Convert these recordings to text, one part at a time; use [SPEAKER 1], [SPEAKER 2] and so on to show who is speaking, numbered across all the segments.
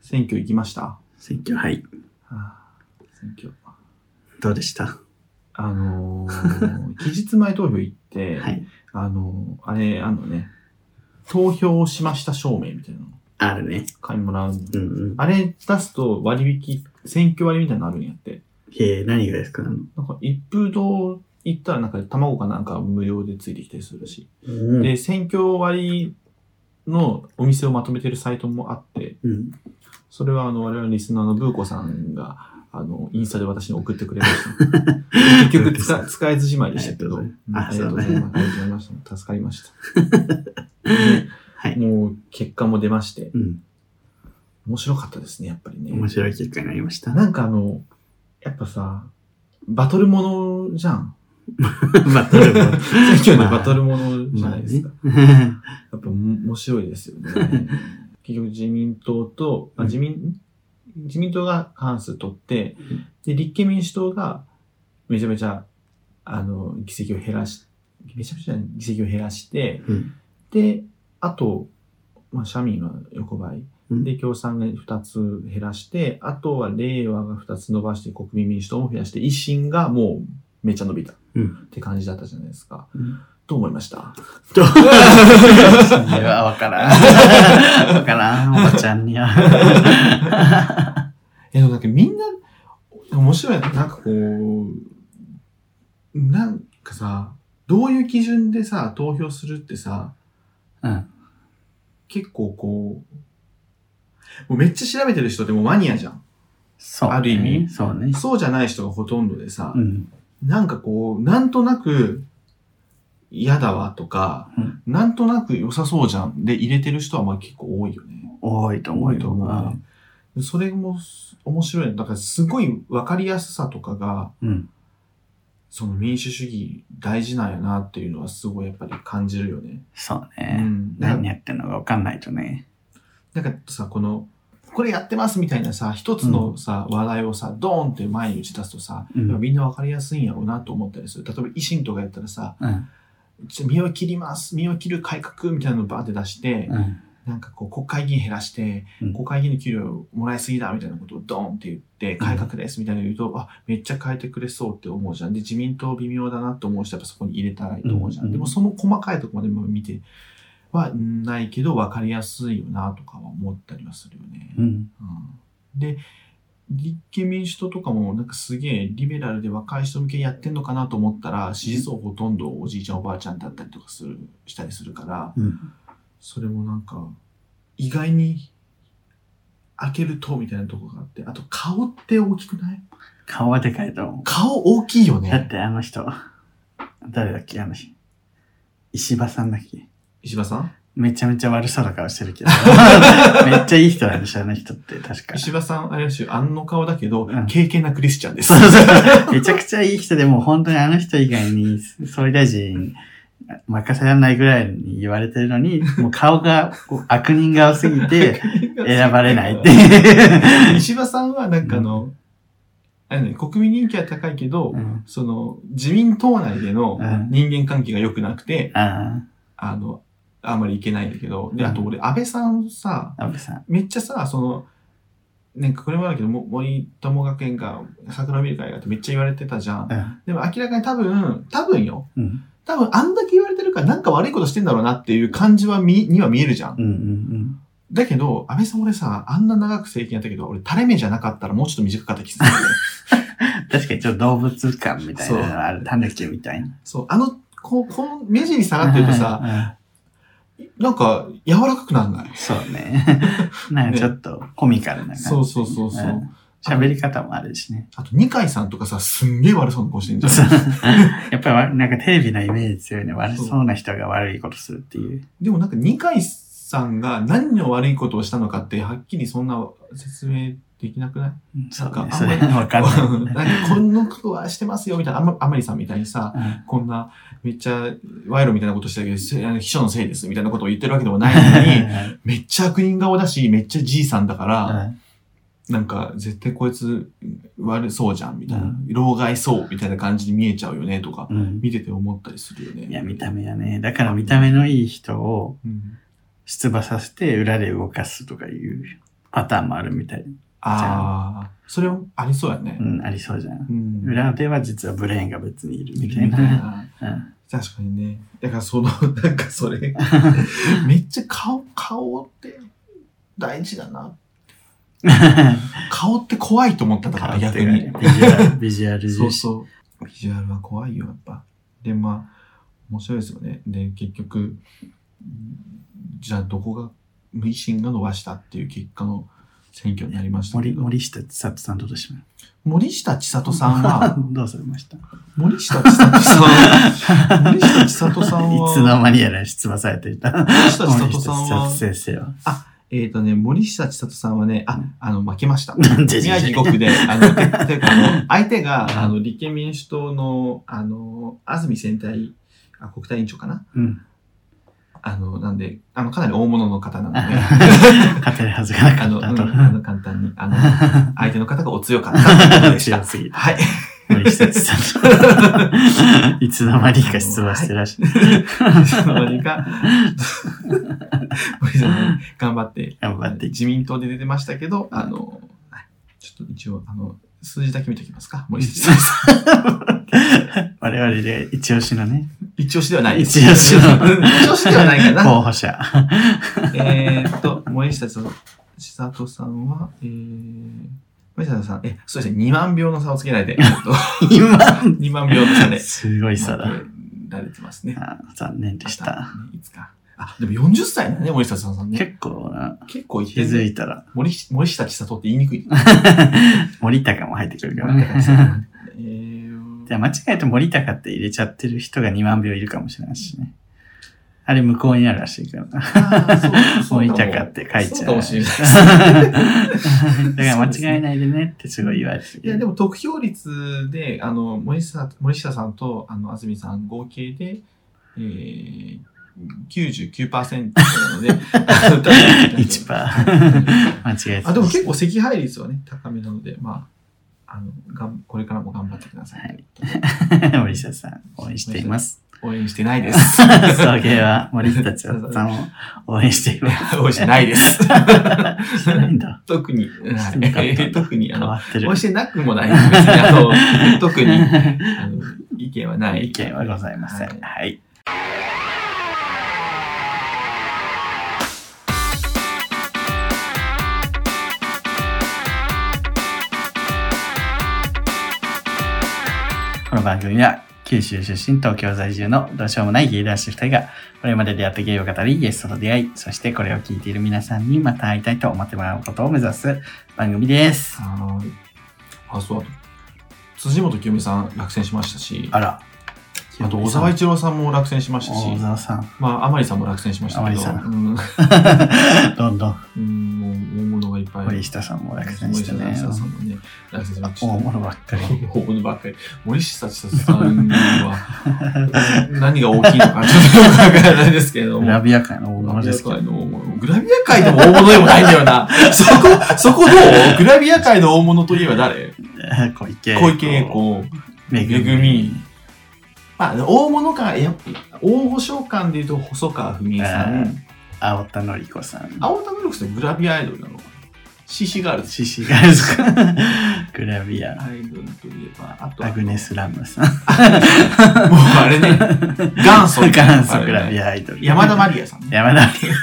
[SPEAKER 1] 選挙行きましたは
[SPEAKER 2] 選挙、はい。
[SPEAKER 1] あ選挙。
[SPEAKER 2] どうでした
[SPEAKER 1] あの ー期日前投票行って、
[SPEAKER 2] はい。
[SPEAKER 1] あのーあれ、あのね、投票しました証明みたいなの
[SPEAKER 2] あるね。
[SPEAKER 1] 買いもらうの
[SPEAKER 2] うんうん。
[SPEAKER 1] あれ出すと割引、選挙割みたいなのあるんやって。
[SPEAKER 2] へえ、何がですかあの
[SPEAKER 1] なんか一風堂行ったらなんか卵かなんか無料でついてきたりするし。
[SPEAKER 2] うん。
[SPEAKER 1] で、選挙割のお店をまとめてるサイトもあって、
[SPEAKER 2] うん。
[SPEAKER 1] それはあの、我々リスナーのブーコさんが、あの、インスタで私に送ってくれました。 結局使、使えずじまいでしたけど、
[SPEAKER 2] あ
[SPEAKER 1] う
[SPEAKER 2] り
[SPEAKER 1] んあ
[SPEAKER 2] が
[SPEAKER 1] り
[SPEAKER 2] と
[SPEAKER 1] が
[SPEAKER 2] う
[SPEAKER 1] とう
[SPEAKER 2] ご
[SPEAKER 1] ござ
[SPEAKER 2] ざい
[SPEAKER 1] います。ありがと
[SPEAKER 2] ます
[SPEAKER 1] うございました。助かりました。
[SPEAKER 2] はい。
[SPEAKER 1] もう、結果も出まして、
[SPEAKER 2] うん。
[SPEAKER 1] 面白かったですね、やっぱりね。
[SPEAKER 2] 面白い結果になりま した。
[SPEAKER 1] なんかあの、やっぱさ、バトルものじゃ ん。
[SPEAKER 2] バトルも。
[SPEAKER 1] 選挙で
[SPEAKER 2] まあ
[SPEAKER 1] バトルものじゃ
[SPEAKER 2] まあ
[SPEAKER 1] ないです
[SPEAKER 2] ね
[SPEAKER 1] か。。 やっぱ面白いですよね。結局自民党と、あ
[SPEAKER 2] うん
[SPEAKER 1] 自民、自民党が過半数取って
[SPEAKER 2] ん、
[SPEAKER 1] で、立憲民主党がめちゃめちゃ、あの、議席を減らし、めちゃめちゃ議席を減らして、
[SPEAKER 2] うん
[SPEAKER 1] で、あと、まあ、社民は横ばい。
[SPEAKER 2] うん
[SPEAKER 1] で、共産が2つ減らして、あとは令和が2つ伸ばして、国民民主党も増やして、維新がもうめっちゃ伸びたっ
[SPEAKER 2] うん。
[SPEAKER 1] て感じだったじゃないですか。
[SPEAKER 2] うん
[SPEAKER 1] と思いました。
[SPEAKER 2] どういや、わからん。わからん、おばちゃんには。
[SPEAKER 1] え、でもなんかみんな、面白いな。なんかこう、なんかさ、どういう基準でさ、投票するってさ、
[SPEAKER 2] うん。
[SPEAKER 1] 結構こう、もうめっちゃ調べてる人ってもうマニアじゃん。
[SPEAKER 2] そう、ね。
[SPEAKER 1] ある意味
[SPEAKER 2] そうね。
[SPEAKER 1] そうじゃない人がほとんどでさ、
[SPEAKER 2] うん。
[SPEAKER 1] なんかこう、なんとなく嫌だわとか、
[SPEAKER 2] うん
[SPEAKER 1] なんとなく良さそうじゃんで入れてる人はまあ結構多いよね。
[SPEAKER 2] 多いと思うよ。
[SPEAKER 1] ねそれもす面白い。だからすごい分かりやすさとかが、
[SPEAKER 2] うん。
[SPEAKER 1] その民主主義大事なんやなっていうのはすごいやっぱり感じるよね。
[SPEAKER 2] そう
[SPEAKER 1] う
[SPEAKER 2] ね。
[SPEAKER 1] ん。だか
[SPEAKER 2] 何
[SPEAKER 1] ら
[SPEAKER 2] やってんのかわかんないとね。
[SPEAKER 1] なんかさ、この、これやってますみたいなさ、一つのさ、話題をさ、ドーンって前に打ち出すとさ、
[SPEAKER 2] うん
[SPEAKER 1] やっぱみんな分かりやすいんやろうなと思ったりする。例えば維新とかやったらさ、
[SPEAKER 2] うん。
[SPEAKER 1] ちょ身を切ります、身を切る改革みたいなのバーって出して、
[SPEAKER 2] うん。
[SPEAKER 1] なんかこう国会議員減らして、
[SPEAKER 2] うん
[SPEAKER 1] 国会議員の給料もらいすぎだみたいなことをドーンって言って、改革ですみたいなの言うと、あ、めっちゃ変えてくれそうって思うじゃん。で、自民党微妙だなと思う人はやっぱそこに入れたらいいと思うじゃん。
[SPEAKER 2] うんうん
[SPEAKER 1] でもその細かいところまでも見てはないけど、分かりやすいよなとかは思ったりはするよね。
[SPEAKER 2] うん。
[SPEAKER 1] うんで、立憲民主党とかもなんかすげえリベラルで若い人向けやってんのかなと思ったら、支持層ほとんどおじいちゃんおばあちゃんだったりとかする、したりするから、
[SPEAKER 2] うん。
[SPEAKER 1] それもなんか、意外に開けるとみたいなとこがあって、あと顔って大きくない
[SPEAKER 2] 顔はでかいと思う。
[SPEAKER 1] 顔大きいよ
[SPEAKER 2] だっ
[SPEAKER 1] ね。
[SPEAKER 2] てあの人、誰だっけあの人。石破さんだっけ
[SPEAKER 1] 石破さん
[SPEAKER 2] めちゃめちゃ悪そうな顔してるけど。 めっちゃいい人なんでしょ、あの人って、確か。
[SPEAKER 1] 石破さん、あれらしい、あの顔だけど、
[SPEAKER 2] うん
[SPEAKER 1] 敬虔なクリスチャンです
[SPEAKER 2] そう。そう。めちゃくちゃいい人でもう本当にあの人以外に総理大臣任せられないぐらいに言われてるのに、もう顔がこう悪人顔す ぎて選ばれないっていう。
[SPEAKER 1] 石破さんはなんかあの、あれね、国民人気は高いけど、
[SPEAKER 2] うん
[SPEAKER 1] その、自民党内での
[SPEAKER 2] うん
[SPEAKER 1] 人間関係が良くなくて、
[SPEAKER 2] あ
[SPEAKER 1] あの、あんまりいけないんだけど、で、
[SPEAKER 2] うん
[SPEAKER 1] あと俺、安倍さんさ、
[SPEAKER 2] あ、安部さん。
[SPEAKER 1] めっちゃさ、その、なんかこれもあるけど、も森友学園が桜見る会があってめっちゃ言われてたじゃん。
[SPEAKER 2] うん。
[SPEAKER 1] でも明らかに多分、多分よ。
[SPEAKER 2] うん。
[SPEAKER 1] 多分あんだけ言われてるからなんか悪いことしてんだろうなっていう感じは見、には見えるじゃん。
[SPEAKER 2] うん。うん。
[SPEAKER 1] だけど、安倍さん俺さ、あんな長く政権やったけど、俺垂れ目じゃなかったらもうちょっと短かった気するんだよね。
[SPEAKER 2] 確かにちょっと動物感みたいなのがある。タヌキみたいな。
[SPEAKER 1] そう、あの、こう、こう、目尻下がってるとさ、
[SPEAKER 2] うん、
[SPEAKER 1] なんか柔らかくなんない
[SPEAKER 2] そうね。なんかちょっとコミカルな感じ。
[SPEAKER 1] そうそうそうそう。
[SPEAKER 2] ん喋り方もあるしね。
[SPEAKER 1] あと、二階さんとかさ、すんげえ悪そうな顔してんじゃん。
[SPEAKER 2] やっぱりわなんかテレビのイメージ強いね。悪そうな人が悪いことするっていう。
[SPEAKER 1] でもなんか二階さんが何の悪いことをしたのかってはっきりそんな説明できなくない
[SPEAKER 2] うんそう
[SPEAKER 1] なん
[SPEAKER 2] ね。
[SPEAKER 1] か
[SPEAKER 2] それ
[SPEAKER 1] あんま
[SPEAKER 2] わか
[SPEAKER 1] なん
[SPEAKER 2] ん
[SPEAKER 1] か
[SPEAKER 2] ない。
[SPEAKER 1] こんなことはしてますよみたいな、あんま、あまりさんみたいにさ、こんなめっちゃ賄賂みたいなことしたけどせ、あの秘書のせいですみたいなことを言ってるわけでもないのに、
[SPEAKER 2] う
[SPEAKER 1] めっちゃ悪人顔だし、めっちゃじいさんだから、
[SPEAKER 2] ん
[SPEAKER 1] なんか絶対こいつ悪そうじゃんみたいな、
[SPEAKER 2] うん
[SPEAKER 1] 老害そうみたいな感じに見えちゃうよねとか、
[SPEAKER 2] うん
[SPEAKER 1] 見てて思ったりするよね。
[SPEAKER 2] いや、見た目はね。だから見た目のいい人を
[SPEAKER 1] うん
[SPEAKER 2] 出馬させて裏で動かすとかいうパターンもあるみたい。
[SPEAKER 1] ああ、それもありそうやね
[SPEAKER 2] う。ん、ありそうじゃん。
[SPEAKER 1] うん。
[SPEAKER 2] 裏の手は実はブレーンが別にいる
[SPEAKER 1] い
[SPEAKER 2] み
[SPEAKER 1] る
[SPEAKER 2] たい
[SPEAKER 1] みたい
[SPEAKER 2] な。
[SPEAKER 1] な。
[SPEAKER 2] うん
[SPEAKER 1] 確かにね。だからその、 なんかそれ、めっちゃ顔、顔って大事だな。顔って怖いと思っただから逆に。
[SPEAKER 2] ビジュアル、ビジュアル
[SPEAKER 1] そ
[SPEAKER 2] 重
[SPEAKER 1] う
[SPEAKER 2] 視。
[SPEAKER 1] そう。ビジュアルは怖いよ、やっぱ。で、まあ、面白いですよね。で、結局、うんじゃあどこが、維新が伸ばしたっていう結果の選挙になりましたけ
[SPEAKER 2] 森
[SPEAKER 1] ど、
[SPEAKER 2] 森下千里さんどうでしま
[SPEAKER 1] 森下千里さん は、
[SPEAKER 2] どうされましたい
[SPEAKER 1] 森下千 里さん、森下千里さんは、
[SPEAKER 2] つの間にやら出馬されていた。
[SPEAKER 1] 森下千
[SPEAKER 2] 森
[SPEAKER 1] 里さ
[SPEAKER 2] 下
[SPEAKER 1] ん
[SPEAKER 2] 千
[SPEAKER 1] は
[SPEAKER 2] 里、先生は。
[SPEAKER 1] えっ、とね、森下千里さんはね、あ、あの、負けま した。
[SPEAKER 2] なんで
[SPEAKER 1] 宮城5区で、あの、ててかあの、相手が、あの、立憲民主党の、あの、安住選対、あ、国対委員長かな
[SPEAKER 2] うん。
[SPEAKER 1] あの、なんで、あの、かなり大物の方 なので、
[SPEAKER 2] 勝てるはずがな
[SPEAKER 1] あ
[SPEAKER 2] か
[SPEAKER 1] の、
[SPEAKER 2] っ
[SPEAKER 1] うん
[SPEAKER 2] た
[SPEAKER 1] あ
[SPEAKER 2] と。
[SPEAKER 1] の簡単に、あの、相手の方がお強かったということでし
[SPEAKER 2] 強
[SPEAKER 1] た。
[SPEAKER 2] すぎた。
[SPEAKER 1] はい。
[SPEAKER 2] 森下 千里いつの間にか出馬してらっしゃる。
[SPEAKER 1] 森下のが、森下の頑張って、
[SPEAKER 2] 頑 張っていき
[SPEAKER 1] 自民党で出てましたけど、あの、はいちょっと一応、あの、数字だけ見ておきますか。森下さん。
[SPEAKER 2] 我々で一押しのね、
[SPEAKER 1] 一押しではないです。
[SPEAKER 2] 一押しの
[SPEAKER 1] うん一押しではないか な。
[SPEAKER 2] 候補者。
[SPEAKER 1] えーっと、森下千里さんは、えー、森下さん、え、そうですね、2万票の差をつけられ て、
[SPEAKER 2] 今、
[SPEAKER 1] 2万票の差で。
[SPEAKER 2] すごい差だ。
[SPEAKER 1] られてますね。
[SPEAKER 2] あ残念でし
[SPEAKER 1] 明
[SPEAKER 2] た。
[SPEAKER 1] 日ね。いつか。あ、でも40歳だね、森下さんね。
[SPEAKER 2] 結構な、
[SPEAKER 1] 結構いっ
[SPEAKER 2] 気
[SPEAKER 1] て
[SPEAKER 2] づ
[SPEAKER 1] る。
[SPEAKER 2] いたら、
[SPEAKER 1] 森森下千里って言いにくい。
[SPEAKER 2] 森高も入ってくるから
[SPEAKER 1] 森高千
[SPEAKER 2] ね。
[SPEAKER 1] 里えー
[SPEAKER 2] じゃあ間違えて森高って入れちゃってる人が2万票いるかもしれないしね。あれ無効になるらしいから。
[SPEAKER 1] あーそうそう
[SPEAKER 2] 森
[SPEAKER 1] も
[SPEAKER 2] 高って書い
[SPEAKER 1] そ
[SPEAKER 2] ち
[SPEAKER 1] う
[SPEAKER 2] ゃ
[SPEAKER 1] か
[SPEAKER 2] う。
[SPEAKER 1] もしれない
[SPEAKER 2] だから間違えないでねってすごい言われてる
[SPEAKER 1] いや、 でも得票率で、あの、森下、森下さんと、あの、安住さん合計で、えー、99%なので、あの
[SPEAKER 2] 1%。間 違えてた
[SPEAKER 1] あ、でも結構惜敗率はね、高めなので、まあ、あの、がんこれからも頑張ってください。
[SPEAKER 2] はい森下さん、応援しています。
[SPEAKER 1] 応援してない です。
[SPEAKER 2] 送迎は森下千里さんを応援しています。
[SPEAKER 1] 応援してないです。
[SPEAKER 2] してないんだ。
[SPEAKER 1] 特に、
[SPEAKER 2] してなかった
[SPEAKER 1] はい特に、あ
[SPEAKER 2] 変
[SPEAKER 1] の、
[SPEAKER 2] わってる
[SPEAKER 1] 応援。してなくもない。別に、あの、 特に、あの、意見はない。
[SPEAKER 2] 意見はございません。
[SPEAKER 1] は
[SPEAKER 2] はい。この番組は九州出身東京在住のどうしようもないゲイ男子2人がこれまで出会ったゲイを語りゲストと出会いそしてこれを聞いている皆さんにまた会いたいと思ってもらうことを目指す番組です
[SPEAKER 1] はーい。あ、そう、あと、辻元清美さん落選しましたし、
[SPEAKER 2] あら
[SPEAKER 1] あと小沢一郎さんも落選しましたし、
[SPEAKER 2] 小沢さん
[SPEAKER 1] まあ、甘利さんも落選しましたけど、
[SPEAKER 2] 甘利さ
[SPEAKER 1] うん
[SPEAKER 2] どんどん
[SPEAKER 1] うん、もう大物がいっぱい。
[SPEAKER 2] 森下さんも落選してね
[SPEAKER 1] 森下さんもね、落選しました。
[SPEAKER 2] 大物ばっかり
[SPEAKER 1] 大物ばっかり。森下千里さんは 何が大きいのかちょっとよくわからないですけれど
[SPEAKER 2] グ
[SPEAKER 1] も。
[SPEAKER 2] ラビア界の大物ですけど
[SPEAKER 1] グラビア界の大物グラビア界でも大物でもないんだよな。そこ、そこどうグラビア界の大物といえば誰
[SPEAKER 2] 小池栄子
[SPEAKER 1] 小池栄子。
[SPEAKER 2] めぐみ
[SPEAKER 1] めぐみまあ、大物か、やっぱ大御所感で言うと細川文江さ
[SPEAKER 2] あ
[SPEAKER 1] ん。
[SPEAKER 2] 青田のり子さん
[SPEAKER 1] 青田ブルックスってグラビアアイドルなの ?CC ガールズ。
[SPEAKER 2] シシガールズグラビア
[SPEAKER 1] アイドルといえば、あとは
[SPEAKER 2] アグネ。ス・ラムさん
[SPEAKER 1] もうあれね、 元祖。
[SPEAKER 2] 元祖グラビ
[SPEAKER 1] ア。
[SPEAKER 2] アアイドル
[SPEAKER 1] 山田まりやさんね。
[SPEAKER 2] 山田真理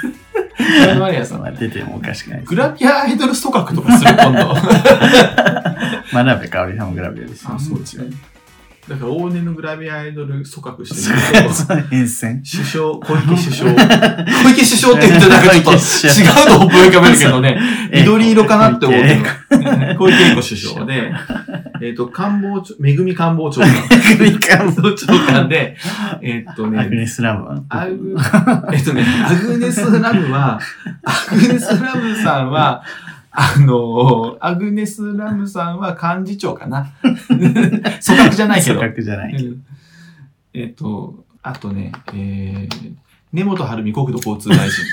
[SPEAKER 1] 山田まりやさ
[SPEAKER 2] さん
[SPEAKER 1] ん
[SPEAKER 2] は
[SPEAKER 1] は
[SPEAKER 2] 出てもおかしくないです
[SPEAKER 1] グラビアアイドル組閣とかする今度。
[SPEAKER 2] 真鍋かおりさんもグラビアですよ
[SPEAKER 1] あ そうですねだから往年のグラビアアイドル組閣して
[SPEAKER 2] そ
[SPEAKER 1] る
[SPEAKER 2] うそう変遷
[SPEAKER 1] 首相、小池首相。小池首相って言ってなんかちょっと
[SPEAKER 2] 小池首
[SPEAKER 1] 違うのを思い浮かべるけどね、緑色かなって思うけ
[SPEAKER 2] え
[SPEAKER 1] ど、小池栄子首相で、えっと、官房長、めぐみ官房長官。
[SPEAKER 2] めぐみ官
[SPEAKER 1] 房長官で、えっと
[SPEAKER 2] アグネ
[SPEAKER 1] ね、
[SPEAKER 2] ス・ラムは
[SPEAKER 1] アグ、えっとね、アグネス・ラムは、アグネス・ラムさんは、あのアグネス・ラムさんは幹事長かな。組閣じゃないけど。
[SPEAKER 2] 組閣じゃないけど
[SPEAKER 1] うんえっ、と、あとね、えー、根本晴美国土交通大臣。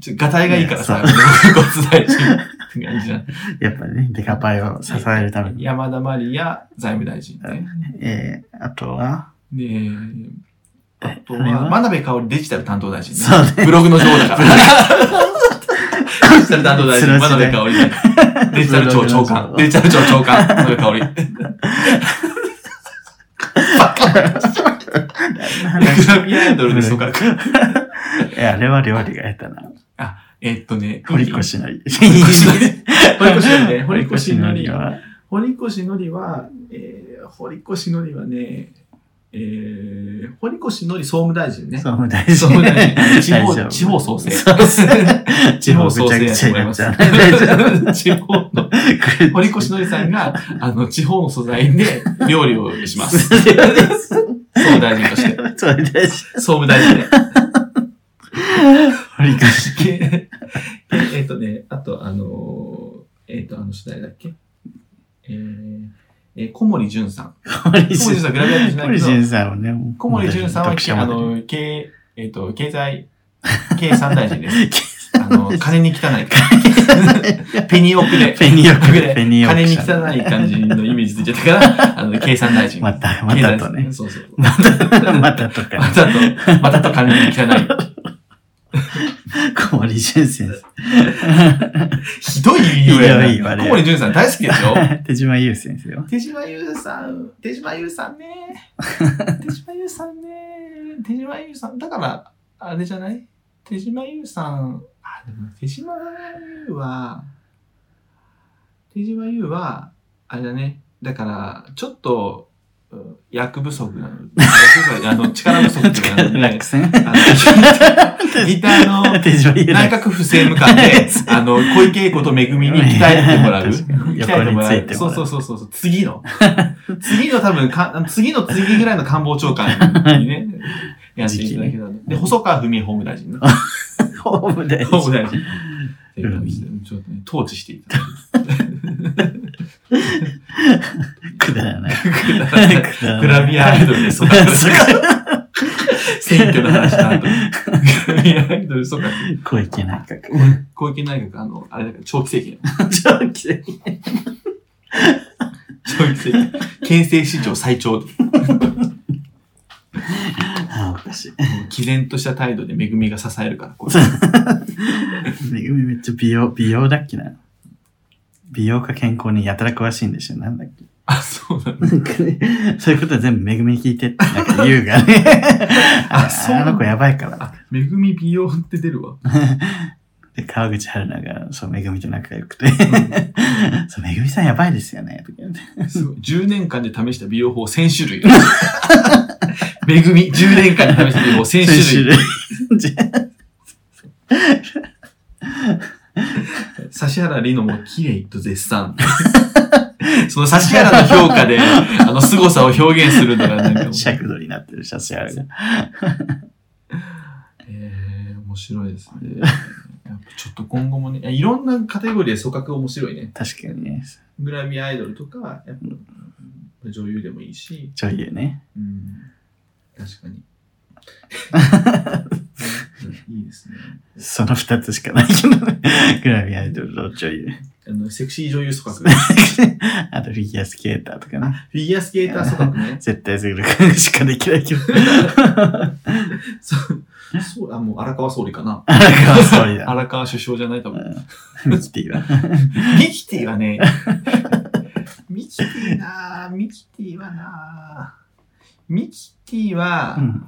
[SPEAKER 1] ちょ、がたいがいいからさ、
[SPEAKER 2] いや
[SPEAKER 1] 国土交通大臣って感じじゃん。
[SPEAKER 2] やっぱねデカパイを支えるために
[SPEAKER 1] 山田まりや財務大臣ね。
[SPEAKER 2] えーあとは
[SPEAKER 1] で、あと
[SPEAKER 2] あれ
[SPEAKER 1] は、
[SPEAKER 2] は
[SPEAKER 1] 真鍋かおりデジタル担当大臣
[SPEAKER 2] そう
[SPEAKER 1] ね。ブログの女王だから。タル担当大臣、真鍋かおり。 デジタル庁長官、デジタル庁長官、真鍋かおり。バカ グラビアアイドルでしょうか。
[SPEAKER 2] いや、あれは料理が下手な。
[SPEAKER 1] えっとね、
[SPEAKER 2] 堀越のり。
[SPEAKER 1] 堀越のり。堀越のりね。堀
[SPEAKER 2] 堀
[SPEAKER 1] 越
[SPEAKER 2] 越
[SPEAKER 1] の
[SPEAKER 2] の
[SPEAKER 1] り
[SPEAKER 2] り
[SPEAKER 1] は。
[SPEAKER 2] は。
[SPEAKER 1] 堀越のりは、えー、堀越のりはね、えー、堀越のり総務大臣ね。
[SPEAKER 2] 総務大
[SPEAKER 1] 総務大臣。地
[SPEAKER 2] 大丈
[SPEAKER 1] 方、
[SPEAKER 2] 夫
[SPEAKER 1] 地方創生。
[SPEAKER 2] そうそう地方ぐちゃぐちゃになっちゃう。大丈夫。
[SPEAKER 1] 地方の、堀越のりさんが、あの、地方の素材で料理をし ます。
[SPEAKER 2] それで
[SPEAKER 1] 総務大臣として。
[SPEAKER 2] それで
[SPEAKER 1] 総務大臣ね。
[SPEAKER 2] 堀越。
[SPEAKER 1] ええっとね、あと、あのー、えっと、あの、主題だっけえー、えー小森淳さん。
[SPEAKER 2] 堀
[SPEAKER 1] 小森淳さん、グラビアアイドルじゃないけ
[SPEAKER 2] 堀
[SPEAKER 1] ど、
[SPEAKER 2] 潤さんはね、もう
[SPEAKER 1] 小森淳さんは
[SPEAKER 2] 読、者
[SPEAKER 1] あ
[SPEAKER 2] まで
[SPEAKER 1] の、経、えっ、と、経済、経産大臣 です。あの、金に汚いから。ペニオクで。
[SPEAKER 2] ペニオク
[SPEAKER 1] で。
[SPEAKER 2] ペニオク
[SPEAKER 1] 金に汚い感じのイメージついちゃった から、あの、経産大臣。
[SPEAKER 2] また、またとね
[SPEAKER 1] 経。済そうそう。
[SPEAKER 2] また、またと
[SPEAKER 1] ま
[SPEAKER 2] か。
[SPEAKER 1] たと、またと金に汚い。
[SPEAKER 2] 小森潤先生。
[SPEAKER 1] ひどい言い方やな
[SPEAKER 2] ひどい言われ
[SPEAKER 1] 小森淳さん大好きでしょ
[SPEAKER 2] 手島優先生よ。
[SPEAKER 1] 手島優さん、手島優さん ね。手島優さんね。手島優さん、だから、あれじゃない手島優さん、あ、でも手島優は、手島優は、あれだね。だから、ちょっと、うん役不足なの。役不足あの 力不足っていうのがあるん
[SPEAKER 2] 落
[SPEAKER 1] で
[SPEAKER 2] 選
[SPEAKER 1] あのギターの
[SPEAKER 2] 手島優
[SPEAKER 1] 内
[SPEAKER 2] 落選。
[SPEAKER 1] 閣府政務官で、 あの、小池栄子とめぐみに鍛えてもらう。
[SPEAKER 2] 確かに
[SPEAKER 1] 鍛えてもら。
[SPEAKER 2] 横についうてもらう
[SPEAKER 1] そうそうそうそう。次の。次の多分か、次の次ぐらいの官房長官に ね、やっていただけたら。で、細川文江法務大臣ね。
[SPEAKER 2] ホームで。
[SPEAKER 1] 法務大臣。っていう感じでちょっとね、統治していただ
[SPEAKER 2] くだらない。
[SPEAKER 1] く。グラビアアイドルでそ
[SPEAKER 2] そ
[SPEAKER 1] うう
[SPEAKER 2] か
[SPEAKER 1] か。選挙の話した後。グラビアアイドル、そうか。
[SPEAKER 2] 小池内閣。
[SPEAKER 1] 小池内閣、あの、あれだから、長期政権。
[SPEAKER 2] 長期で。
[SPEAKER 1] 長期政権。憲政史上最長。
[SPEAKER 2] あ、おかしい。
[SPEAKER 1] 毅然とした態度でめぐみが支えるから、こ
[SPEAKER 2] そ
[SPEAKER 1] れ
[SPEAKER 2] う。めぐみめっちゃ美容、美容だっけな。美容か健康にやたら詳しいんですよ。なんだっけ。
[SPEAKER 1] あ、そうなんだ。
[SPEAKER 2] なんかね、そういうことは全部めぐみに聞いてって、なんか言うがね。
[SPEAKER 1] あ
[SPEAKER 2] あ
[SPEAKER 1] そう
[SPEAKER 2] あの子やばいから。
[SPEAKER 1] あ、めぐみ美容って出るわ。
[SPEAKER 2] で、川口春奈が、そう、めぐみと仲良くて。
[SPEAKER 1] う
[SPEAKER 2] そう、めぐみさんやばいですよね。とか言って
[SPEAKER 1] んすごい10年間で試した美容法1000種類。 めぐみ、10年間で試した美容法1000種類。指原莉乃も綺麗と絶賛。その指原の評価で、あの凄さを表現するのがなん かもう、
[SPEAKER 2] 尺度になってる写真あるが。
[SPEAKER 1] えー、面白いですね。やっぱちょっと今後もね、いやいろんなカテゴリーで組閣面白いね。
[SPEAKER 2] 確かにね。
[SPEAKER 1] グラビアアイドルとか、やっぱ女優でもいいし、
[SPEAKER 2] 女優ね。
[SPEAKER 1] うん、確かに。 いいですね。
[SPEAKER 2] その二つしかないけどね。グラビアアイドルと女優。
[SPEAKER 1] あの、セクシー女優組 閣。フ
[SPEAKER 2] あとフィギュアスケーターとかね。
[SPEAKER 1] ィギュアスケーター組閣ね。
[SPEAKER 2] 絶対すぐるしかできないけど。
[SPEAKER 1] そう、そう、あ、もう荒川総理かな。
[SPEAKER 2] 荒川総理だ。
[SPEAKER 1] 荒川首相じゃないと 思う。
[SPEAKER 2] ミキティは。
[SPEAKER 1] ミキティは ね、ミキティなぁ、ミキティはなぁ、ミキティは、
[SPEAKER 2] うん。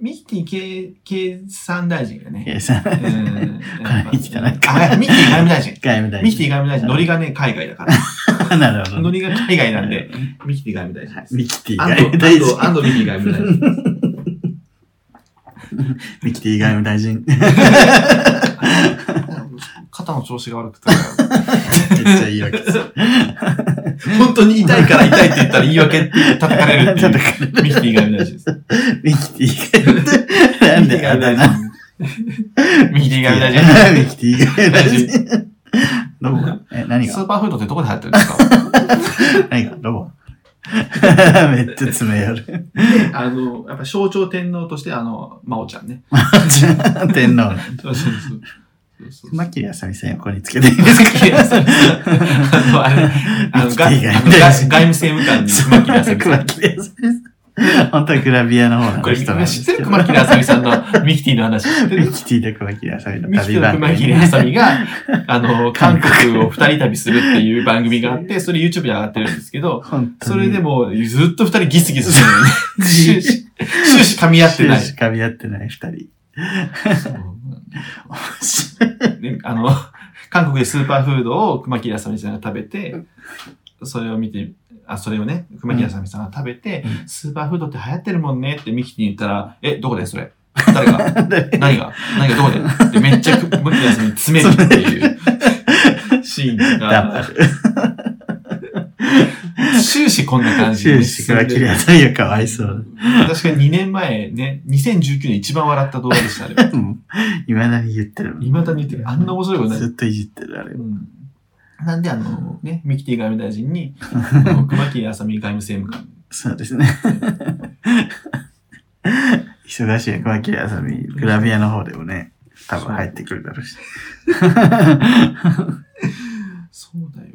[SPEAKER 1] ミキティ経経産大臣がね。
[SPEAKER 2] 計算。
[SPEAKER 1] う
[SPEAKER 2] 外
[SPEAKER 1] ん
[SPEAKER 2] 金汚い
[SPEAKER 1] あミキティ外務大臣。
[SPEAKER 2] 務大臣。
[SPEAKER 1] ミキティ外務大臣、ノリがね、海外だから。
[SPEAKER 2] ィ。なるほど。
[SPEAKER 1] ノリが海外なんで、。ミキティ外務大臣です。
[SPEAKER 2] ミキティ
[SPEAKER 1] ア
[SPEAKER 2] 外
[SPEAKER 1] ンド、
[SPEAKER 2] 務大
[SPEAKER 1] アン
[SPEAKER 2] 臣。
[SPEAKER 1] ド、アンドミキティ外務大臣。
[SPEAKER 2] ミキティ外務大臣。めっ
[SPEAKER 1] 肩の調子が悪くて。
[SPEAKER 2] ちゃいいわけです。
[SPEAKER 1] 本当に痛いから痛いって言ったら言い訳って叩かれるってい
[SPEAKER 2] 叩
[SPEAKER 1] う。
[SPEAKER 2] かれる
[SPEAKER 1] ミキティ外務大臣です。
[SPEAKER 2] ミキティ外務大臣。なん
[SPEAKER 1] ミキティ
[SPEAKER 2] で
[SPEAKER 1] 外
[SPEAKER 2] あ
[SPEAKER 1] 務
[SPEAKER 2] だ
[SPEAKER 1] 大
[SPEAKER 2] 名
[SPEAKER 1] 臣。ミキティ外務大臣。
[SPEAKER 2] ミキティ外務大臣。ロボえ、何
[SPEAKER 1] ス
[SPEAKER 2] が
[SPEAKER 1] ーパーフードってどこで流行ってるんですか
[SPEAKER 2] 何がロボめっちゃ詰め寄る。
[SPEAKER 1] あの、やっぱ象徴天皇として、あの、真央ちゃんね。
[SPEAKER 2] 天皇
[SPEAKER 1] そ
[SPEAKER 2] の。
[SPEAKER 1] うそうそうそうそう。
[SPEAKER 2] マキリアサミさん横につけていいですか
[SPEAKER 1] いやそうあの、あれ、あの、があのが外務政務官に熊木
[SPEAKER 2] マ
[SPEAKER 1] さん。
[SPEAKER 2] キリアサミさん。本当はグラビアの方
[SPEAKER 1] こ
[SPEAKER 2] の
[SPEAKER 1] れ、
[SPEAKER 2] 人なんで
[SPEAKER 1] 知っ
[SPEAKER 2] す
[SPEAKER 1] て
[SPEAKER 2] け
[SPEAKER 1] る
[SPEAKER 2] ど。
[SPEAKER 1] 熊切あさみさんのミキティの話知って
[SPEAKER 2] ミ
[SPEAKER 1] る
[SPEAKER 2] キティと熊切あさみの
[SPEAKER 1] ミキテ
[SPEAKER 2] 旅
[SPEAKER 1] ィの
[SPEAKER 2] 番
[SPEAKER 1] 熊
[SPEAKER 2] 組
[SPEAKER 1] 切
[SPEAKER 2] ね。
[SPEAKER 1] あさみが、あの、韓国を二人旅するっていう番組があって、それ YouTube で上がってるんですけど、
[SPEAKER 2] 本当に
[SPEAKER 1] それでもうずっと二人ギスギスしてるのに、
[SPEAKER 2] じ
[SPEAKER 1] 終始、終始噛み合ってない。
[SPEAKER 2] しかみ合ってない二人。
[SPEAKER 1] であの、韓国でスーパーフードを熊切あさみさんが食べて、それを見て、あ、それをね、熊切あさみさんが食べて、
[SPEAKER 2] う
[SPEAKER 1] スーパーフードって流行ってるもんねってミキティに言ったら、え、どこでそれ誰が何が何がどこでってめっちゃ熊切あさみに詰めるっていうシーン
[SPEAKER 2] ダンバ
[SPEAKER 1] が、終始こんな感じ
[SPEAKER 2] 終始熊切あさみがかわいそう。
[SPEAKER 1] 確かに2年前ね、2019年一番笑った動画でしたね。
[SPEAKER 2] いまだに言ってるもん。
[SPEAKER 1] いまだに言ってるあんな面白いことない
[SPEAKER 2] ずっといじってる、あれ。
[SPEAKER 1] うんなんで、あの、ね、ミキティ外務大臣 に、あの熊木あさみ外務政務
[SPEAKER 2] そうですね。 忙しい熊切あさみ、グラビアの方でもね、多分入ってくるだろうし。
[SPEAKER 1] 官。そうだよ。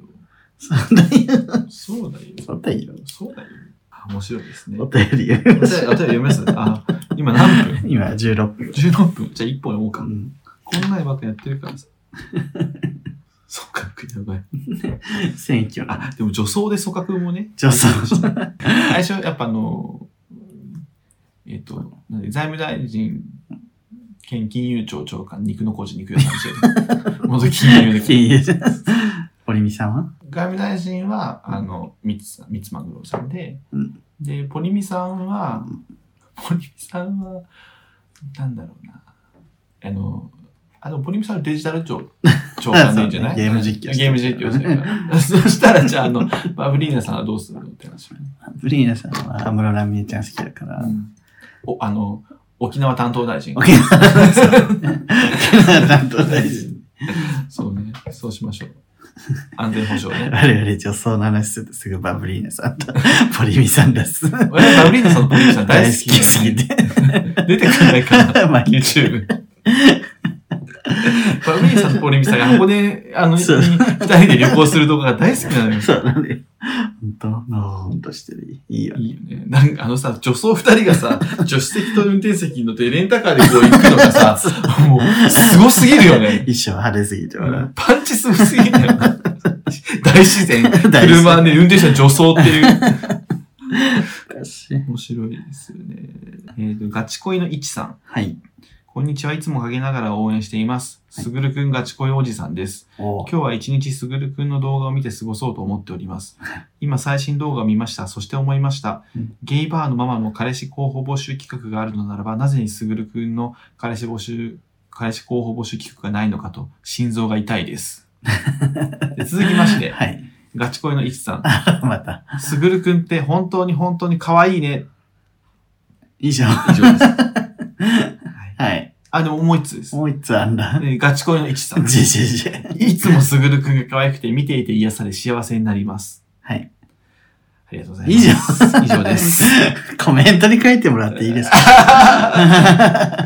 [SPEAKER 2] そんなに、
[SPEAKER 1] そうだよ。
[SPEAKER 2] そんなに
[SPEAKER 1] そうだよ。あ面白いですね。
[SPEAKER 2] お
[SPEAKER 1] お便
[SPEAKER 2] 便りが
[SPEAKER 1] りお便り読みますあ、今何分
[SPEAKER 2] 今16分。
[SPEAKER 1] ?16 分。じゃあ1本読もう
[SPEAKER 2] う
[SPEAKER 1] か。
[SPEAKER 2] ん
[SPEAKER 1] こんなんばっかやってるからさ。組閣やばい。
[SPEAKER 2] 選挙の
[SPEAKER 1] あ、でも女装で組閣もね。
[SPEAKER 2] 女装
[SPEAKER 1] 最初、やっぱあの、えっ、と、なんで財務大臣兼金融庁長官、肉の小路肉屋さんでしたよね元金融で。
[SPEAKER 2] 金融堀美さんは
[SPEAKER 1] 外務大臣は、あの、三つ、三つまぐろさんで、
[SPEAKER 2] うん
[SPEAKER 1] で、ポリミさんは
[SPEAKER 2] う、
[SPEAKER 1] ポリミさんは、なんだろうな、あの、あ、でもポリミさんはデジタル 庁、長官でいいんじゃない
[SPEAKER 2] そうねゲーム実況して
[SPEAKER 1] ゲー
[SPEAKER 2] る
[SPEAKER 1] ム実況してるから。 そしたら、じゃあ、あの、バブリーナさんはどうするのって話、ね
[SPEAKER 2] ブリーナさんは安室奈美恵ちゃん好きだから。
[SPEAKER 1] お、あの、沖縄担当大臣。
[SPEAKER 2] 沖縄担当大臣。
[SPEAKER 1] そうね、そうしましょう。安全保障ね。
[SPEAKER 2] 我々女装の話するとすぐバブリーナ さんとポリミさんです。
[SPEAKER 1] 俺、バブリーナさんのポリミさん大
[SPEAKER 2] 大
[SPEAKER 1] 好
[SPEAKER 2] 好
[SPEAKER 1] き。
[SPEAKER 2] きす ぎて。
[SPEAKER 1] 出てくんないかな。
[SPEAKER 2] まあ
[SPEAKER 1] YouTube。バブリーナさんとポリミさんが箱根、あの、に
[SPEAKER 2] そう
[SPEAKER 1] 二人で旅行する動画が大好きなのよ。
[SPEAKER 2] そうなんで。本当のほんとしてる。いいよね。
[SPEAKER 1] いいよね。なんかあのさ、女装二人がさ、助手席と運転席に乗ってレンタカーでこう行くのがさ、もう、すごすぎるよね。
[SPEAKER 2] 衣装派手すぎて笑う。
[SPEAKER 1] パンチすごすぎたよ。大自然。
[SPEAKER 2] 大自然
[SPEAKER 1] 車で運転手は女装っていう。
[SPEAKER 2] おかしい。
[SPEAKER 1] 面白いですよね。えっ、と、ガチ恋のいちさん。
[SPEAKER 2] はい。
[SPEAKER 1] こんにちは。いつも陰ながら応援しています。
[SPEAKER 2] はい
[SPEAKER 1] すぐるくんガチ恋おじさんです。
[SPEAKER 2] お
[SPEAKER 1] 今日は一日すぐるくんの動画を見て過ごそうと思っております。今最新動画を見ました。そして思いました
[SPEAKER 2] うん。
[SPEAKER 1] ゲイバーのママの彼氏候補募集企画があるのならば、なぜにすぐるくんの彼氏募集、彼氏候補募集企画がないのかと、心臓が痛い です。で続きまして、
[SPEAKER 2] はい。
[SPEAKER 1] ガチ恋のいちさん。
[SPEAKER 2] また。
[SPEAKER 1] すぐるくんって本当に本当に可愛いね。
[SPEAKER 2] 以上。
[SPEAKER 1] 以上 です。
[SPEAKER 2] はい。
[SPEAKER 1] あ、でももう一つです。
[SPEAKER 2] もう一つあんだ。
[SPEAKER 1] えーガチ恋のいちさん。
[SPEAKER 2] じじじ。
[SPEAKER 1] いつもすぐるくんが可愛くて見ていて癒され幸せになります。
[SPEAKER 2] はい。
[SPEAKER 1] ありがとうござい
[SPEAKER 2] 以上
[SPEAKER 1] ます。以上です。。
[SPEAKER 2] コメントに書いてもらっていいですか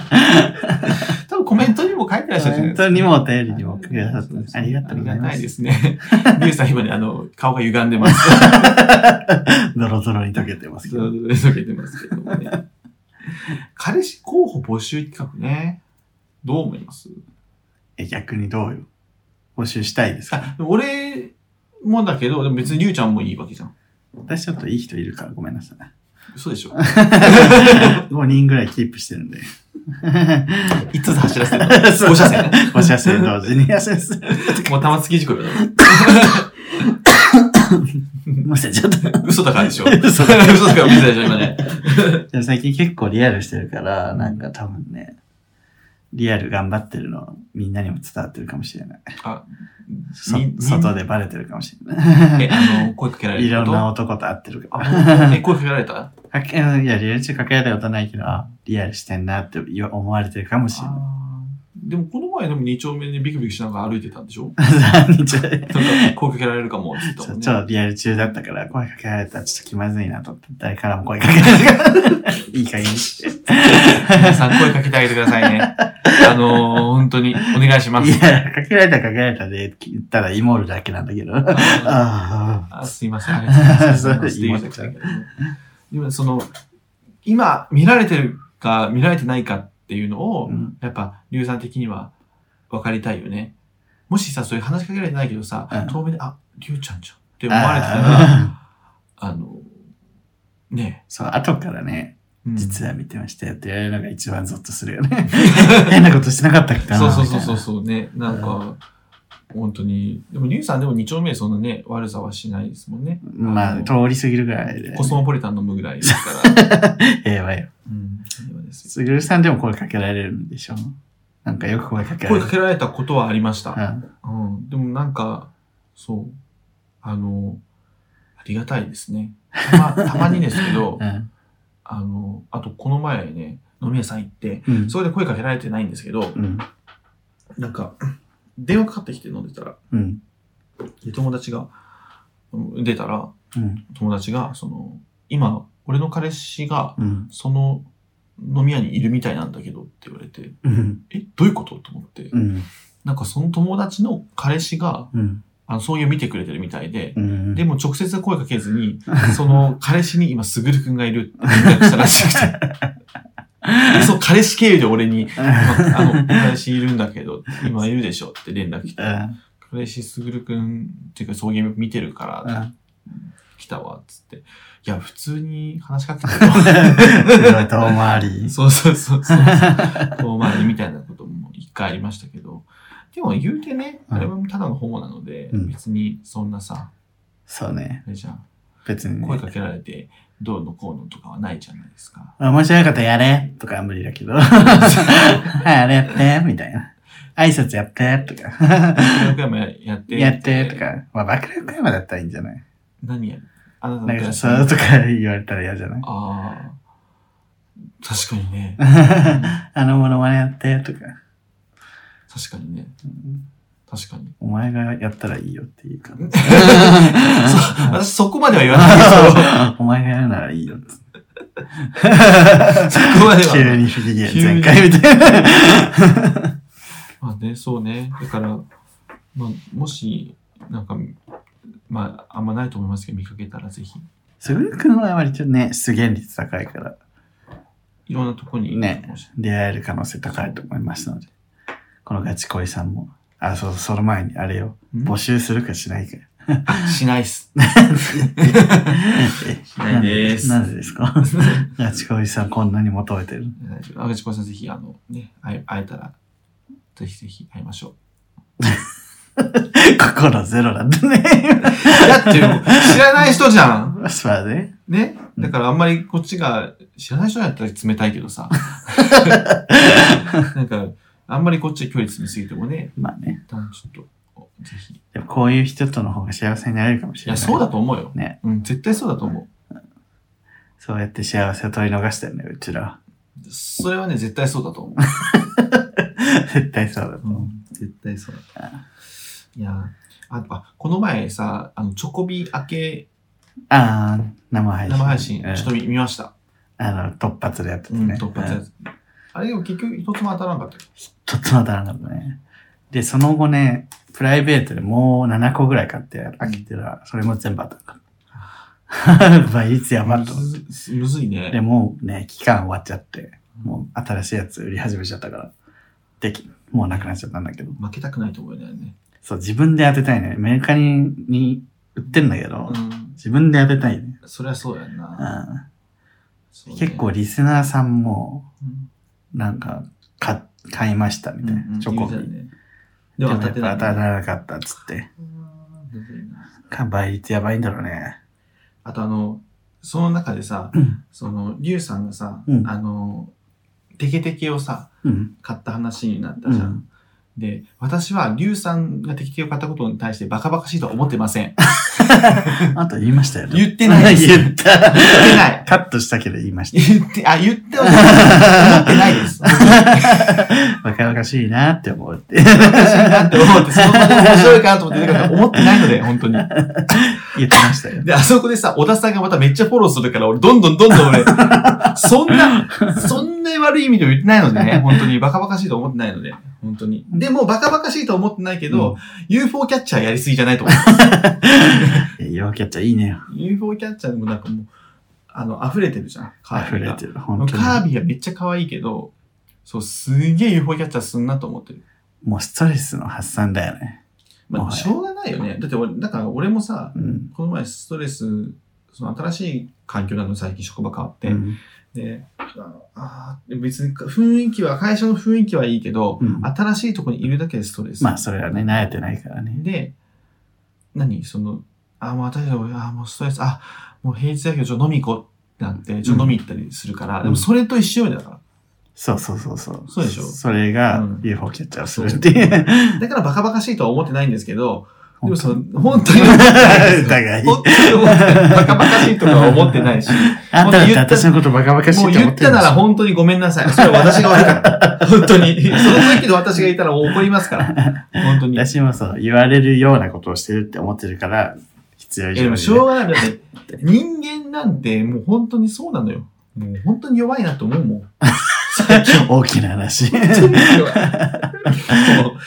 [SPEAKER 1] 多分コメントにも書いてらっしゃるじゃない
[SPEAKER 2] 本
[SPEAKER 1] ですか。
[SPEAKER 2] 当にもお便りにもくださってます。ありがとうござい
[SPEAKER 1] ありが
[SPEAKER 2] ま。
[SPEAKER 1] たいですすね。リュウさん今ね、あの、顔が歪んでます。
[SPEAKER 2] ドロドロに溶けてますけ
[SPEAKER 1] ず
[SPEAKER 2] ど。
[SPEAKER 1] ーっと受けてますけどもね。彼氏候補募集企画ね。どう思います
[SPEAKER 2] え、逆にどうよ。募集したいですか
[SPEAKER 1] あ俺もだけど、でも別にりゅうちゃんもいいわけじゃん。
[SPEAKER 2] 私ちょっといい人いるからごめん なさい。
[SPEAKER 1] 嘘でしょ
[SPEAKER 2] 5人ぐらいキープしてる んで。
[SPEAKER 1] いつ走らせてるの
[SPEAKER 2] そう
[SPEAKER 1] 五車線
[SPEAKER 2] 5車線同時に痩せす。
[SPEAKER 1] もう玉突き事故よ。
[SPEAKER 2] もしちょっと。
[SPEAKER 1] 嘘だからでしょ
[SPEAKER 2] 嘘
[SPEAKER 1] 嘘だから見せたでしょ、今ね。
[SPEAKER 2] でも最近結構リアルしてるから、なんか多分ね、リアル頑張ってるのみんなにも伝わってるかもしれない。そ
[SPEAKER 1] み
[SPEAKER 2] 外でバレてるかもしれな
[SPEAKER 1] え、
[SPEAKER 2] い。
[SPEAKER 1] あの、声かけられ
[SPEAKER 2] いろ
[SPEAKER 1] た
[SPEAKER 2] ん
[SPEAKER 1] こ
[SPEAKER 2] な
[SPEAKER 1] と
[SPEAKER 2] 男と会ってるか
[SPEAKER 1] あ
[SPEAKER 2] ら。
[SPEAKER 1] 本当え、声かけられたあ
[SPEAKER 2] か けいや、リアル中かけられたことないけど、あリアルしてんなって言わ思われてるかもしれない。
[SPEAKER 1] ーでもこの前でも2丁目でビクビクしながら歩いてたんでし ょ
[SPEAKER 2] 何ちょ
[SPEAKER 1] なんか声かけられるか もって言った
[SPEAKER 2] ち
[SPEAKER 1] も
[SPEAKER 2] ょ
[SPEAKER 1] んね。
[SPEAKER 2] ちょリアル中だったから声かけられたらちょっと気まずいなと思って誰からも声かけられたから。いい加減にして。
[SPEAKER 1] 皆さん声かけてあげてください ね。あのー、本当にお願いします
[SPEAKER 2] い。や、かけられたかけられたで言ったらイモールだけなんだけど。ああ。
[SPEAKER 1] あすいません、ありがとうございます。
[SPEAKER 2] そう
[SPEAKER 1] って言いましたけどでも、その、今見られてるか見られてないかっていうのを、
[SPEAKER 2] うん
[SPEAKER 1] やっぱ、流産的には分かりたいよね。もしさ、そういう話しかけられてないけどさ、
[SPEAKER 2] うん
[SPEAKER 1] 遠目で、あ、りゅうちゃんじゃんって思われてたら、あ
[SPEAKER 2] あー
[SPEAKER 1] の、ね
[SPEAKER 2] そう、後からね、
[SPEAKER 1] え、うん
[SPEAKER 2] 実は見てましたよって言われるのが一番ゾッとするよ ね。変なことしてなかったっけな。
[SPEAKER 1] そうそうそうそうそ
[SPEAKER 2] み
[SPEAKER 1] うね。なんか、本当に。でも、リュウさんでも2丁目そんなね、悪さはしないですもんね。
[SPEAKER 2] たいなまあ、通り過ぎるぐらいで。
[SPEAKER 1] コスモポリタン飲むぐらいです から。
[SPEAKER 2] ええわよ。
[SPEAKER 1] うん、平和ですよ
[SPEAKER 2] すぐるさんでも声かけられるんでしょなんかよく声かけら
[SPEAKER 1] 声
[SPEAKER 2] れる
[SPEAKER 1] か。けられたことはありまし
[SPEAKER 2] う
[SPEAKER 1] た。
[SPEAKER 2] ん
[SPEAKER 1] うん。でもなんか、そう。あの、ありがたいですね。た ま、たまにですけど
[SPEAKER 2] う、ん
[SPEAKER 1] あの、あとこの前ね、飲み屋さん行って、
[SPEAKER 2] うん
[SPEAKER 1] それで声かけられてないんですけど、
[SPEAKER 2] うん
[SPEAKER 1] なんか、電話かかってきて飲んでたら、
[SPEAKER 2] うん
[SPEAKER 1] で友達が、うん出たら、
[SPEAKER 2] うん
[SPEAKER 1] 友達が、その、今、俺の彼氏が、
[SPEAKER 2] うん
[SPEAKER 1] その飲み屋にいるみたいなんだけどって言われて、
[SPEAKER 2] うん
[SPEAKER 1] え、どういうことと思って
[SPEAKER 2] う、ん
[SPEAKER 1] なんかその友達の彼氏が、
[SPEAKER 2] うん
[SPEAKER 1] あの、そういう見てくれてるみたいで、
[SPEAKER 2] うん
[SPEAKER 1] でも直接は声かけずに、 その彼氏に今、すぐるくんがいるって連絡したらしくて。でそう、彼氏経由で俺に、まあの、彼氏いるんだけど、今いるでしょって連絡来て
[SPEAKER 2] う、ん
[SPEAKER 1] 彼氏すぐるくん、っていうか、送迎見てるから、
[SPEAKER 2] うん
[SPEAKER 1] 来たわ、つって。いや、普通に話しかけて
[SPEAKER 2] 遠回り。
[SPEAKER 1] そうそう そうそう。遠回りみたいなことも一回ありましたけど。でも言うてね、
[SPEAKER 2] うん
[SPEAKER 1] アルバムただの方なので、
[SPEAKER 2] うん
[SPEAKER 1] 別にそんなさ、
[SPEAKER 2] そうね。
[SPEAKER 1] あれじゃん
[SPEAKER 2] 別にね。
[SPEAKER 1] 声かけられて、どうのこうのとかはないじゃないです か。
[SPEAKER 2] 面白いことやれとかは無理だけど。はい、あれやってみたいな。挨拶やってとか。
[SPEAKER 1] 爆力山やって。
[SPEAKER 2] やってと。か。まあ、爆力山だったらいいんじゃない
[SPEAKER 1] 何やるあなたの
[SPEAKER 2] なん
[SPEAKER 1] ク
[SPEAKER 2] か、
[SPEAKER 1] ラス
[SPEAKER 2] そうとか言われたら嫌じゃない
[SPEAKER 1] ああ。確かに ね。
[SPEAKER 2] あのものまねやってとか。
[SPEAKER 1] 確かにね。確かに。
[SPEAKER 2] お前がやったらいいよっていうか。
[SPEAKER 1] そ私そこまでは言わないけど。
[SPEAKER 2] お前がやるならいいよって。
[SPEAKER 1] そこ までは
[SPEAKER 2] 急に不機嫌全開みたいな。
[SPEAKER 1] まあね、そうね。だから、まあ、もし、なんか、まあ、あんまないと思いますけど、見かけたらぜひ、
[SPEAKER 2] すぐるくんは割とね、出現率高いから、
[SPEAKER 1] いろんなとこに
[SPEAKER 2] ね
[SPEAKER 1] かもしれない
[SPEAKER 2] 出会える可能性高いと思いますので。このガチ恋さんも。あ、そう、その前にあれよ。
[SPEAKER 1] うん
[SPEAKER 2] 募集するかしないか。
[SPEAKER 1] しないっ す。
[SPEAKER 2] し
[SPEAKER 1] ないです
[SPEAKER 2] なんでですかガチ恋さんこんなに求めてる。
[SPEAKER 1] あがちこさん、ぜひ、あの、ね、会え会えたら、ぜひぜひ会いましょ う。
[SPEAKER 2] 心ゼロだったね。
[SPEAKER 1] だって、知らない人じゃん。
[SPEAKER 2] そうだね。
[SPEAKER 1] ね。
[SPEAKER 2] うん
[SPEAKER 1] だから、あんまりこっちが、知らない人だったら冷たいけど さ。なんか、あんまりこっちで距離詰めすぎてもね、
[SPEAKER 2] まあね。
[SPEAKER 1] 一旦ちょっと、ぜひ。い
[SPEAKER 2] でもこういう人との方が幸せになれるかもしれ
[SPEAKER 1] や、
[SPEAKER 2] ない。
[SPEAKER 1] そうだと思うよ。
[SPEAKER 2] ね。
[SPEAKER 1] うん、絶対そうだと思う。
[SPEAKER 2] そうやって幸せを取り逃したよね、うちらは。
[SPEAKER 1] それはね、絶対そうだと 思う。
[SPEAKER 2] 絶対そうだと
[SPEAKER 1] う
[SPEAKER 2] 思う。
[SPEAKER 1] ん、絶対そうだと思う。いやー、ああこの前さ、あの、チョコビ明け
[SPEAKER 2] ああ、生配信。
[SPEAKER 1] 生配信、
[SPEAKER 2] うん
[SPEAKER 1] ちょっと見,、見ました。
[SPEAKER 2] あの、突発でやってて
[SPEAKER 1] うん、
[SPEAKER 2] ね。
[SPEAKER 1] 突発
[SPEAKER 2] う
[SPEAKER 1] や
[SPEAKER 2] ん
[SPEAKER 1] つ。あれでも結局一つも当たらなかったよ。
[SPEAKER 2] ちょっとまたなかったね。で、その後ね、プライベートでもう7個ぐらい買って開けてたら、それも全部当たった。 倍率やばっと思って。
[SPEAKER 1] むずむずいね。
[SPEAKER 2] でもうね、期間終わっちゃって、もう新しいやつ売り始めちゃったから、でき、もうなくなっちゃったんだけど。
[SPEAKER 1] 負けたくないと思うんだよね。
[SPEAKER 2] そう、自分で当てたいね。メーカーにに売ってんだけど
[SPEAKER 1] う、ん、
[SPEAKER 2] 自分で当てたいね。
[SPEAKER 1] そりゃそうやん
[SPEAKER 2] う
[SPEAKER 1] な。
[SPEAKER 2] ん
[SPEAKER 1] そうね
[SPEAKER 2] 結構、リスナーさんも、
[SPEAKER 1] うん
[SPEAKER 2] なんか、か買いましたみたいな、
[SPEAKER 1] うん
[SPEAKER 2] チョコ
[SPEAKER 1] 言う
[SPEAKER 2] ビ。
[SPEAKER 1] てたよね
[SPEAKER 2] で
[SPEAKER 1] でも
[SPEAKER 2] もやっ
[SPEAKER 1] 当
[SPEAKER 2] ぱ
[SPEAKER 1] たって
[SPEAKER 2] 当
[SPEAKER 1] ない、
[SPEAKER 2] たらなかったっつって。
[SPEAKER 1] うんむずいな
[SPEAKER 2] か倍率やばいんだろうね。
[SPEAKER 1] あとあの、その中でさ、
[SPEAKER 2] うん
[SPEAKER 1] その、リュウさんがさ、
[SPEAKER 2] うん
[SPEAKER 1] あの、テケテケをさ、
[SPEAKER 2] うん。
[SPEAKER 1] 買った話になったじゃん。
[SPEAKER 2] うん
[SPEAKER 1] で、私は、リュウさんが敵機を買ったことに対してバカバカしいとは思ってません。
[SPEAKER 2] あと言いましたよね。
[SPEAKER 1] 言ってないです
[SPEAKER 2] 言った。
[SPEAKER 1] 言ってない。
[SPEAKER 2] カットしたけど言いました。
[SPEAKER 1] 言って、あ、言ってはない思ってないです。思
[SPEAKER 2] バカバカしいなって思って。
[SPEAKER 1] って思って、そのまま面白いかなと思って、だから思ってないので、本当に。
[SPEAKER 2] 言ってましたよ。
[SPEAKER 1] で、あそこでさ、小田さんがまためっちゃフォローするから、俺、どんどんどんどん俺、そんな、そんな悪い意味でも言ってないのでね、本当に、バカバカしいと思ってないので、本当に。でも、バカバカしいと思ってないけど、UFO キャッチャーやりすぎじゃないと思う。
[SPEAKER 2] いや、弱キャッチャーいいねよ。
[SPEAKER 1] UFO キャッチャーでもなんかもう、あの、溢れてるじゃん、カー
[SPEAKER 2] 溢
[SPEAKER 1] ビィ
[SPEAKER 2] れ
[SPEAKER 1] が。
[SPEAKER 2] てる、本当に。
[SPEAKER 1] カービィがめっちゃ可愛いけど、そう、すげえ UFO キャッチャーすんなと思ってる。
[SPEAKER 2] もうストレスの発散だよね。
[SPEAKER 1] ま
[SPEAKER 2] は
[SPEAKER 1] あ、
[SPEAKER 2] い
[SPEAKER 1] しょうがないよね。だって俺、だから俺もさ、
[SPEAKER 2] うん。
[SPEAKER 1] この前ストレス、その新しい環境なの最近職場変わって、
[SPEAKER 2] うん
[SPEAKER 1] で、ああー、別に雰囲気は、会社の雰囲気はいいけど、
[SPEAKER 2] うん
[SPEAKER 1] 新しいとこにいるだけでストレス。
[SPEAKER 2] まあ、それはね、慣れてないからね。
[SPEAKER 1] で、何その、あ、もう私たちは、あ、もうストレス、あ、もう平日だけど、ちょっと飲み行こうってなって、ちょっと飲み行ったりするから、
[SPEAKER 2] ん
[SPEAKER 1] でもそれと一緒よだか
[SPEAKER 2] そうそうそうそう。
[SPEAKER 1] そうでしょ
[SPEAKER 2] それが
[SPEAKER 1] うん
[SPEAKER 2] UFO キャッチャーをするっていう。
[SPEAKER 1] ら。だからバカバカしいとは思ってないんですけど、でもそ
[SPEAKER 2] 本
[SPEAKER 1] の、本当に思ってないですよ。
[SPEAKER 2] 疑い
[SPEAKER 1] 本当に思ってないバカバカしいとかは思ってないし、
[SPEAKER 2] 当あんただって
[SPEAKER 1] もう言った
[SPEAKER 2] 私のことバカバカしい
[SPEAKER 1] もう
[SPEAKER 2] と思
[SPEAKER 1] 言
[SPEAKER 2] っ
[SPEAKER 1] って
[SPEAKER 2] る
[SPEAKER 1] た
[SPEAKER 2] んで
[SPEAKER 1] な
[SPEAKER 2] し
[SPEAKER 1] ら
[SPEAKER 2] ょ
[SPEAKER 1] 本当にごめんなさい。それは私が悪か った。本当に。その時の私がいたら怒りますから。本当に。い
[SPEAKER 2] 私もそう、言われるようなことをしてるって思ってるから、必要以
[SPEAKER 1] やで
[SPEAKER 2] 上
[SPEAKER 1] も
[SPEAKER 2] に
[SPEAKER 1] しょう
[SPEAKER 2] ね。
[SPEAKER 1] がない。だって人間なんてもう本当にそうなのよ。もう本当に弱いなと思うもん。最近
[SPEAKER 2] 大きな話。
[SPEAKER 1] 本当に弱い。も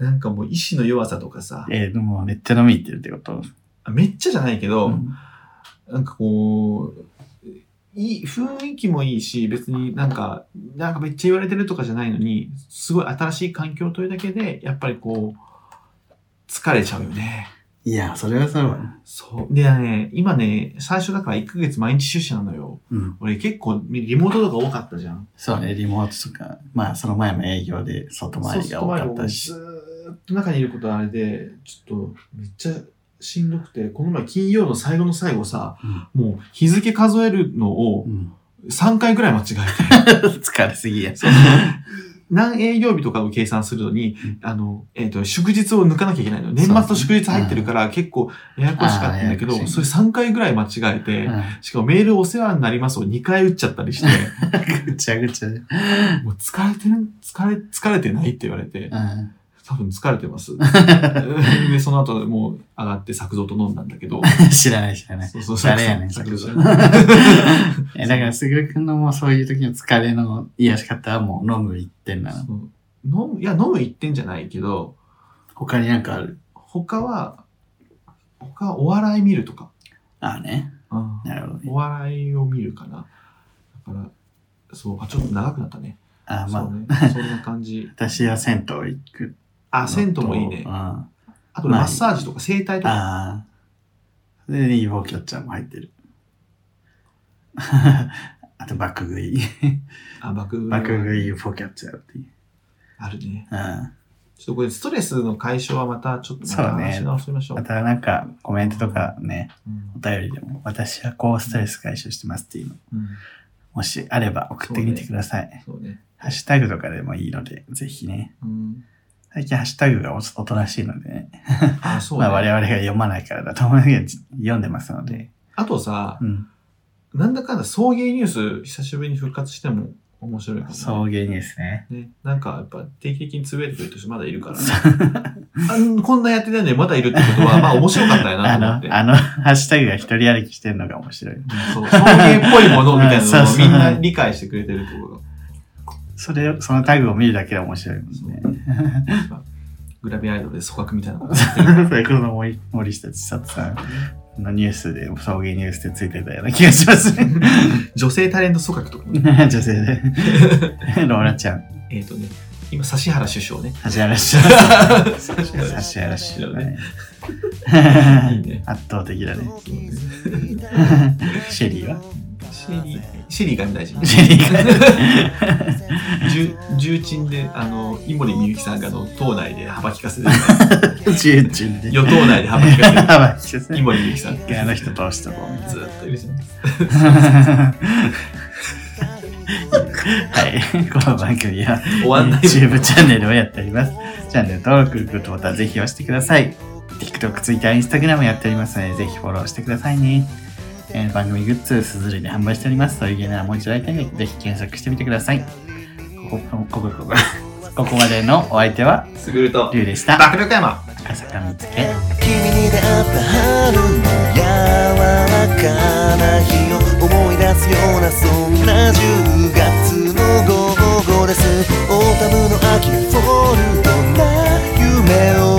[SPEAKER 1] うなんかもう意志の弱さとかさ、
[SPEAKER 2] えー、もうめっちゃ飲み行ってるってこと。
[SPEAKER 1] めっちゃじゃないけど、
[SPEAKER 2] うん
[SPEAKER 1] なんかこう、いい、雰囲気もいいし、別になんか、なんかめっちゃ言われてるとかじゃないのに、すごい新しい環境というだけで、やっぱりこう、疲れちゃうよね。
[SPEAKER 2] いや、それはそうだね。
[SPEAKER 1] そう。でね、今ね、最初だから1ヶ月毎日出社なのよ。
[SPEAKER 2] うん。
[SPEAKER 1] 俺結構リモートとか多かったじゃん。
[SPEAKER 2] そうね、リモートとか、まあ、その前も営業で外回りが多かったし
[SPEAKER 1] そう。ずーっと中にいることはあれで、ちょっとめっちゃしんどくて、この前金曜の最後の最後さ、もう日付数えるのを
[SPEAKER 2] うん
[SPEAKER 1] 3回くらい間違えて。
[SPEAKER 2] 疲れすぎや。
[SPEAKER 1] そう何営業日とかを計算するのに、あの、えっ、と、祝日を抜かなきゃいけないの。年末と祝日入ってるから、結構ややこしかったんだけ
[SPEAKER 2] あーやや
[SPEAKER 1] ど、
[SPEAKER 2] こしい
[SPEAKER 1] それ3回ぐらい間違えて、しかもメールお世話になりますを2回打っちゃったり して、
[SPEAKER 2] うん ぐちゃぐちゃで。
[SPEAKER 1] もう疲れてる、疲れ、疲れてないって言われて、
[SPEAKER 2] うん
[SPEAKER 1] 多分疲れて ます。で、その後もう上がって作造と飲んだんだけど、
[SPEAKER 2] 知らない知らない。
[SPEAKER 1] そうそう
[SPEAKER 2] 誰やねん
[SPEAKER 1] 作造
[SPEAKER 2] 作造え、だから、すぐるくんのもうそういう時の疲れの癒し方はもう飲む一点なの。
[SPEAKER 1] そう飲む、いや、飲む一点じゃないけど、
[SPEAKER 2] 他になんかある
[SPEAKER 1] 他は、他はお笑い見るとか。
[SPEAKER 2] ああね。
[SPEAKER 1] うん
[SPEAKER 2] なるほどね。
[SPEAKER 1] お笑いを見るかな。だから、そう、あ、ちょっと長くなったね。
[SPEAKER 2] ああ、
[SPEAKER 1] そ
[SPEAKER 2] ま
[SPEAKER 1] う
[SPEAKER 2] あ、
[SPEAKER 1] ね。そんな感じ。
[SPEAKER 2] 私は銭湯行く。
[SPEAKER 1] あ、銭湯もいい
[SPEAKER 2] うん
[SPEAKER 1] ね。
[SPEAKER 2] あ
[SPEAKER 1] あと、マッサージとか整体とか。
[SPEAKER 2] あ。それで、イボキャッチャーも入ってる。 あと、爆食い。
[SPEAKER 1] あ、爆食い。
[SPEAKER 2] 爆食い UFO キャッチャーっていう。
[SPEAKER 1] あるね。
[SPEAKER 2] うん。
[SPEAKER 1] ちょっとこれ、ストレスの解消はまた、ちょっとまた
[SPEAKER 2] そうね
[SPEAKER 1] 話し直しましょう。
[SPEAKER 2] またなんか、コメントとかね、
[SPEAKER 1] うん
[SPEAKER 2] お便りでも、私はこうストレス解消してますっていうの、
[SPEAKER 1] うん
[SPEAKER 2] もしあれば送ってみてください。
[SPEAKER 1] そうね。
[SPEAKER 2] ハッシュタグとかでもいいので、ぜひね。
[SPEAKER 1] うん
[SPEAKER 2] 最近ハッシュタグがおおとなしいのでね、
[SPEAKER 1] あ、そう
[SPEAKER 2] まあ我
[SPEAKER 1] ね。
[SPEAKER 2] 々が読まないからだと思いますけど、読んでますので。
[SPEAKER 1] あとさ、
[SPEAKER 2] うん。
[SPEAKER 1] なんだかんだ送迎ニュース、久しぶりに復活しても面白いかもね。
[SPEAKER 2] 送迎にで すね。
[SPEAKER 1] ね、なんかやっぱ定期的につぶやいてくれる人まだいるから、あんこんなやってないのにまだいるってこと は、まあ面白かったよ
[SPEAKER 2] あ
[SPEAKER 1] なと思
[SPEAKER 2] の
[SPEAKER 1] って、。
[SPEAKER 2] あの、ハッシュタグが一人歩きしてるのが面白い。
[SPEAKER 1] そう、送迎っぽいものみたいな
[SPEAKER 2] そう
[SPEAKER 1] のを
[SPEAKER 2] そう
[SPEAKER 1] みんな理解してくれてるってこ
[SPEAKER 2] それを、そのタグを見るだけで面白いもんね。
[SPEAKER 1] とが、 グラビアアイドルで組閣みたいなこと
[SPEAKER 2] それこそ森森下千里さんのニュースで、送迎ニュースでついてたような気がしますね。
[SPEAKER 1] 女性タレント組閣とかもね、
[SPEAKER 2] 女性で。 ローラちゃん、
[SPEAKER 1] えっとね、今、指原首相ね。
[SPEAKER 2] 指原しゃ指原しゃね。
[SPEAKER 1] いいね。
[SPEAKER 2] 圧倒的 だね。
[SPEAKER 1] そうね
[SPEAKER 2] シェリーは
[SPEAKER 1] シェリー、シェリー外務大臣。
[SPEAKER 2] シェリ
[SPEAKER 1] 重重鎮で、あの、井森美幸さんがあの党内で幅利かせてるから
[SPEAKER 2] ーチューチューで。
[SPEAKER 1] 与党内で幅利かせてる。
[SPEAKER 2] 幅利かせて
[SPEAKER 1] 井森美幸さん。
[SPEAKER 2] 一回あの人通しとこうみたい
[SPEAKER 1] ずーっといるじゃん。
[SPEAKER 2] な。はい。この番組は
[SPEAKER 1] 終わん ない。
[SPEAKER 2] YouTube チャンネルをやっております。チャンネル登録、グッドボタンぜひ押してください。TikTok、Twitter、Instagram やっておりますので、ぜひフォローしてくださいね。えー番組グッズ、すずりで販売しております。そういうゲーならもう一度やりたいので、ぜひ検索してみてください。ここ、ここ、ここ、ここまでのお相手は、
[SPEAKER 1] すぐると
[SPEAKER 2] りゅ、うでした。
[SPEAKER 1] 爆力山。
[SPEAKER 2] 朝霞見つけ。
[SPEAKER 3] 君に出会った春の柔らかな日を思い出すようなそんな10月の午後ですオータムの秋フォルトな夢を